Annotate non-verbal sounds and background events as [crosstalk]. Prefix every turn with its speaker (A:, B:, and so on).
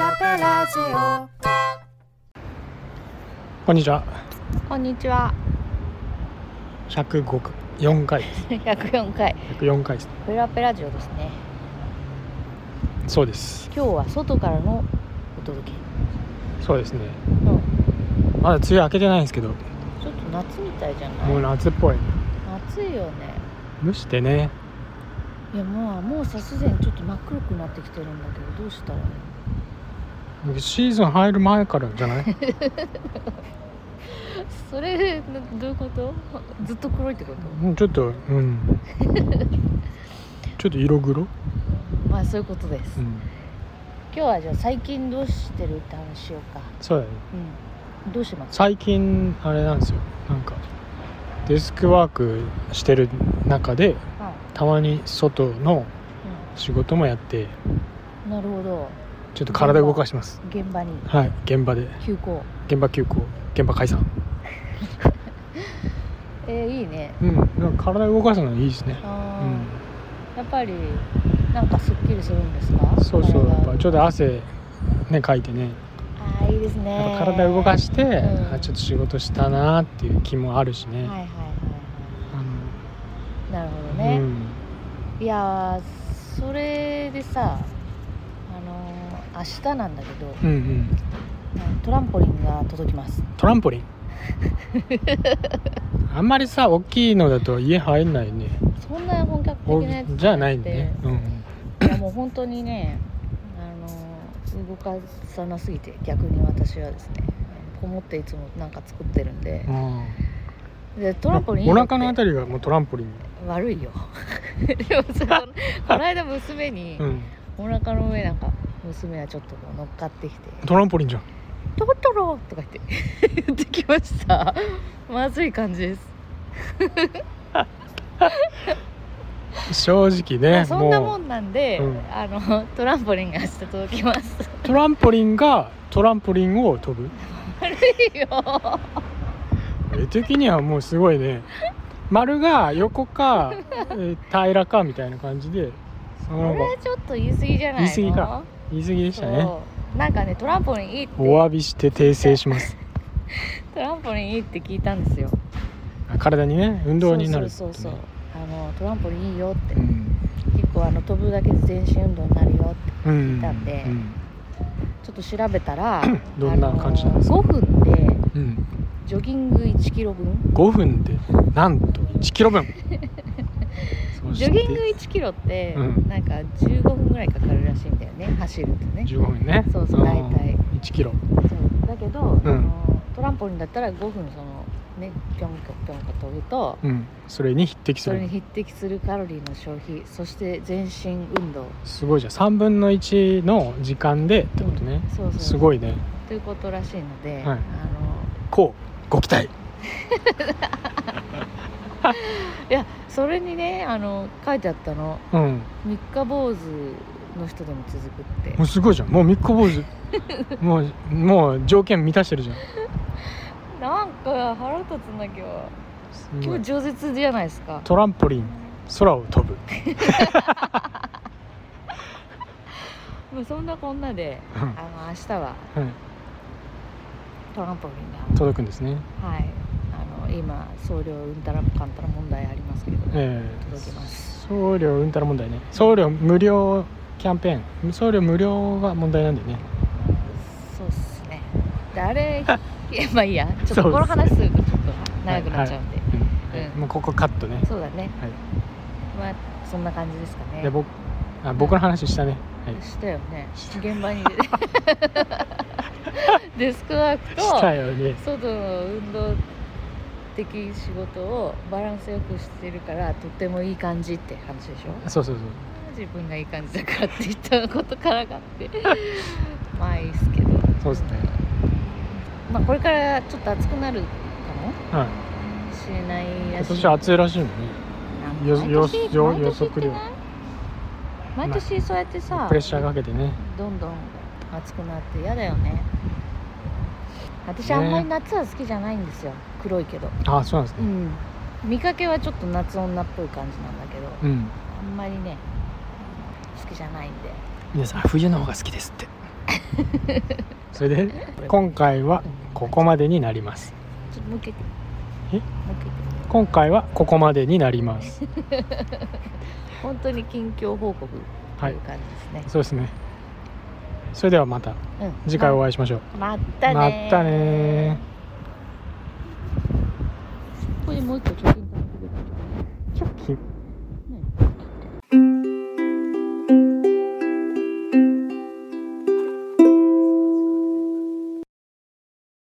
A: ラジオ
B: こんにちは。
A: こんにちは
B: 105回、4回です。
A: 104回
B: 104回です。
A: ペラペラジオですね
B: そうです。
A: 今日は外からのお届け
B: そうですね。
A: うん
B: まだ梅雨明けてないんですけど、
A: ちょっと夏みたいじゃない
B: もう夏っぽい。
A: 暑いよね
B: 蒸してね、
A: いやもうもうさすでにちょっと真っ黒くなってきてるんだけどどうしたらいい
B: シーズン入る前からじゃない
A: のそれどういうことずっと黒いってこと
B: もうちょっと、うん。ちょっと色黒、
A: まあそういうことです、
B: うん、
A: 今日はじゃあ最近どうしてるって話しようか
B: そうだね。
A: うんどうします
B: 最近、あれなんですよ。なんか、デスクワークしてる中で、
A: あ、
B: たまに外の仕事もやって、
A: うん、なるほど
B: ちょっと体動かします。
A: 現場に
B: はい、現場で。
A: 急行
B: 現場休校、現場解散。
A: えー、いいね
B: うん、なんか体動かすのいいですね。う
A: あー、
B: ん、
A: やっぱりなんかすっきりするんですか
B: そうそう、やっぱちょ
A: ょ
B: っと汗。ね、かいてね、
A: あーいいです
B: や
A: ね
B: っぱ体動かして、
A: うん
B: あ、ちょっと仕事したなっていう気もあるし
A: は
B: ね。
A: いはいはいは
B: あ
A: いなるほど
B: の、
A: ね
B: う、ん、
A: いやーそれでさあのー、明日なんだけど
B: うん、うん、
A: あのトランポリンが届きます
B: トラン
A: [laughs]
B: ポリン。あんまりさ、大きいのだと家入んないね。
A: そんな本格
B: お
A: 的なやつ
B: じゃないね。うん、
A: いやもう本当にねあの動かさなすぎて逆に私はですねこもっていつもなんか作ってるんで
B: う,、ん。
A: でトランポリン
B: お腹のあ
A: り
B: たりがもうトランポリン。
A: 悪いよ [laughs] でもそ
B: [laughs]
A: のこの間娘に
B: うん、
A: お腹の上なんか娘はちょっとこう乗っかってきて
B: トランポリンじゃん。
A: 「トロトロ!」とか言って [laughs] 言ってきましたまずい感じです
B: 正直
A: ま
B: ね、
A: あそんなも
B: うん
A: なんで、
B: うん
A: あのトランポリンが明日届きます
B: トランポリンがトランポリンを飛ぶ。
A: いいよ
B: 絵的にはもうすごいね丸が
A: [laughs]
B: 横か、えー平らかみたいな感じでそ
A: こ
B: の
A: れはちょっと言い過ぎじゃないの
B: 言い過ぎか言い過ぎでしたね
A: そうなんかねトランポリンいいって
B: お詫びして訂正します
A: トランポリンいいって聞いたんですよ
B: あ体にね運動になるって
A: そう
B: ね
A: そうそうそうあのトランポリンいいよって、
B: うん
A: 結構あの飛ぶだけで全身運動になるよって
B: うん
A: たんで
B: うん
A: ちょっと調べたら
B: [clears throat] どんな感じなんですか
A: あの5分で
B: うん、
A: ジョギング1キロ分
B: 5分でなんと1キ
A: [laughs]
B: ロ分そ
A: ジ
B: し
A: ョ
B: て
A: ギング1キロって、
B: うん
A: なんか15分ぐらいかかるらしいんだよね走るとね
B: 15分ね
A: そうそう大体
B: 1キロ
A: そうだけど、
B: うん
A: あのトランポリンだったら5分そのねぴょんぴょんぴょんと飛ぶと
B: うんそれに匹敵す
A: それに
B: る
A: 匹敵するカロリーの消費そして全身運動
B: すごいじゃん3分の1の時間でってことね、
A: そうそう
B: す
A: い
B: ごいね
A: ということらしいので、
B: い
A: あの
B: こうご期待
A: いやそれにねあの書いてあったの
B: うん
A: 三日坊主の人でも続くって
B: もうすごいじゃんもう三日
A: [laughs]
B: 坊主もうもう条件満たしてるじゃん
A: なんか腹立つんだけど
B: すご
A: 今
B: い
A: 日饒舌じゃないですか
B: トランポリン空を飛ぶ
A: まあそんなこんなであの明日は
B: はい
A: トランポリン
B: 届くんですね
A: がはいあの今送料うんたらかんたら問題ありますけど、
B: え
A: 届きます
B: え送料うんたら問題ね送料無料キャンペーン送料無料が問題なんだよね
A: そうっすねであれいやまあいい
B: [laughs]
A: やちょっ
B: そ
A: と
B: うっすね
A: この話するとちょっと長くなっちゃうんで、
B: うん、
A: うん
B: もうここカットね
A: そうだね、
B: はい
A: まあそんな感じですかね
B: で僕あ僕の話したねはい
A: したよ
B: [laughs]
A: ね現場に [laughs] デスクワーク
B: した
A: と
B: よね
A: 外の運動的仕事をバランスよくしてるからとってもいい感じって話でしょ
B: そうそうそう
A: 自分がいい感じだからって言ったことからがあって
B: [laughs]
A: まあいいですけど
B: そうですね
A: まあこれからちょっと暑くなるか
B: はい
A: もしれないら
B: 今
A: しい
B: 年暑いらしいもんね
A: あ
B: よ
A: 毎年
B: よよ
A: 毎年
B: 予測量
A: 言ってない毎年そうやってさ
B: プレッシャーかけてね
A: どんどん暑くなって嫌だよね私あんまり夏は好きじゃないんですよ黒いけど
B: あそうなんです
A: う
B: ね
A: ん見かけはちょっと夏女っぽい感じなんだけど
B: うん
A: あんまりね好きじゃないんで [laughs]
B: 皆さん冬の方が好きですってそれで今回はここまでになります
A: ちょっともう一回
B: え
A: 言ってもう一回言って
B: 今回はここまでになります
A: 本当に近況報告と
B: はいいう
A: 感じですね、
B: そうですねそれではまた
A: うん
B: 次回お会いしましょう
A: まったね
B: ま
A: ー
B: たね
A: ここにもう一個貯金貯めてくれた
B: ー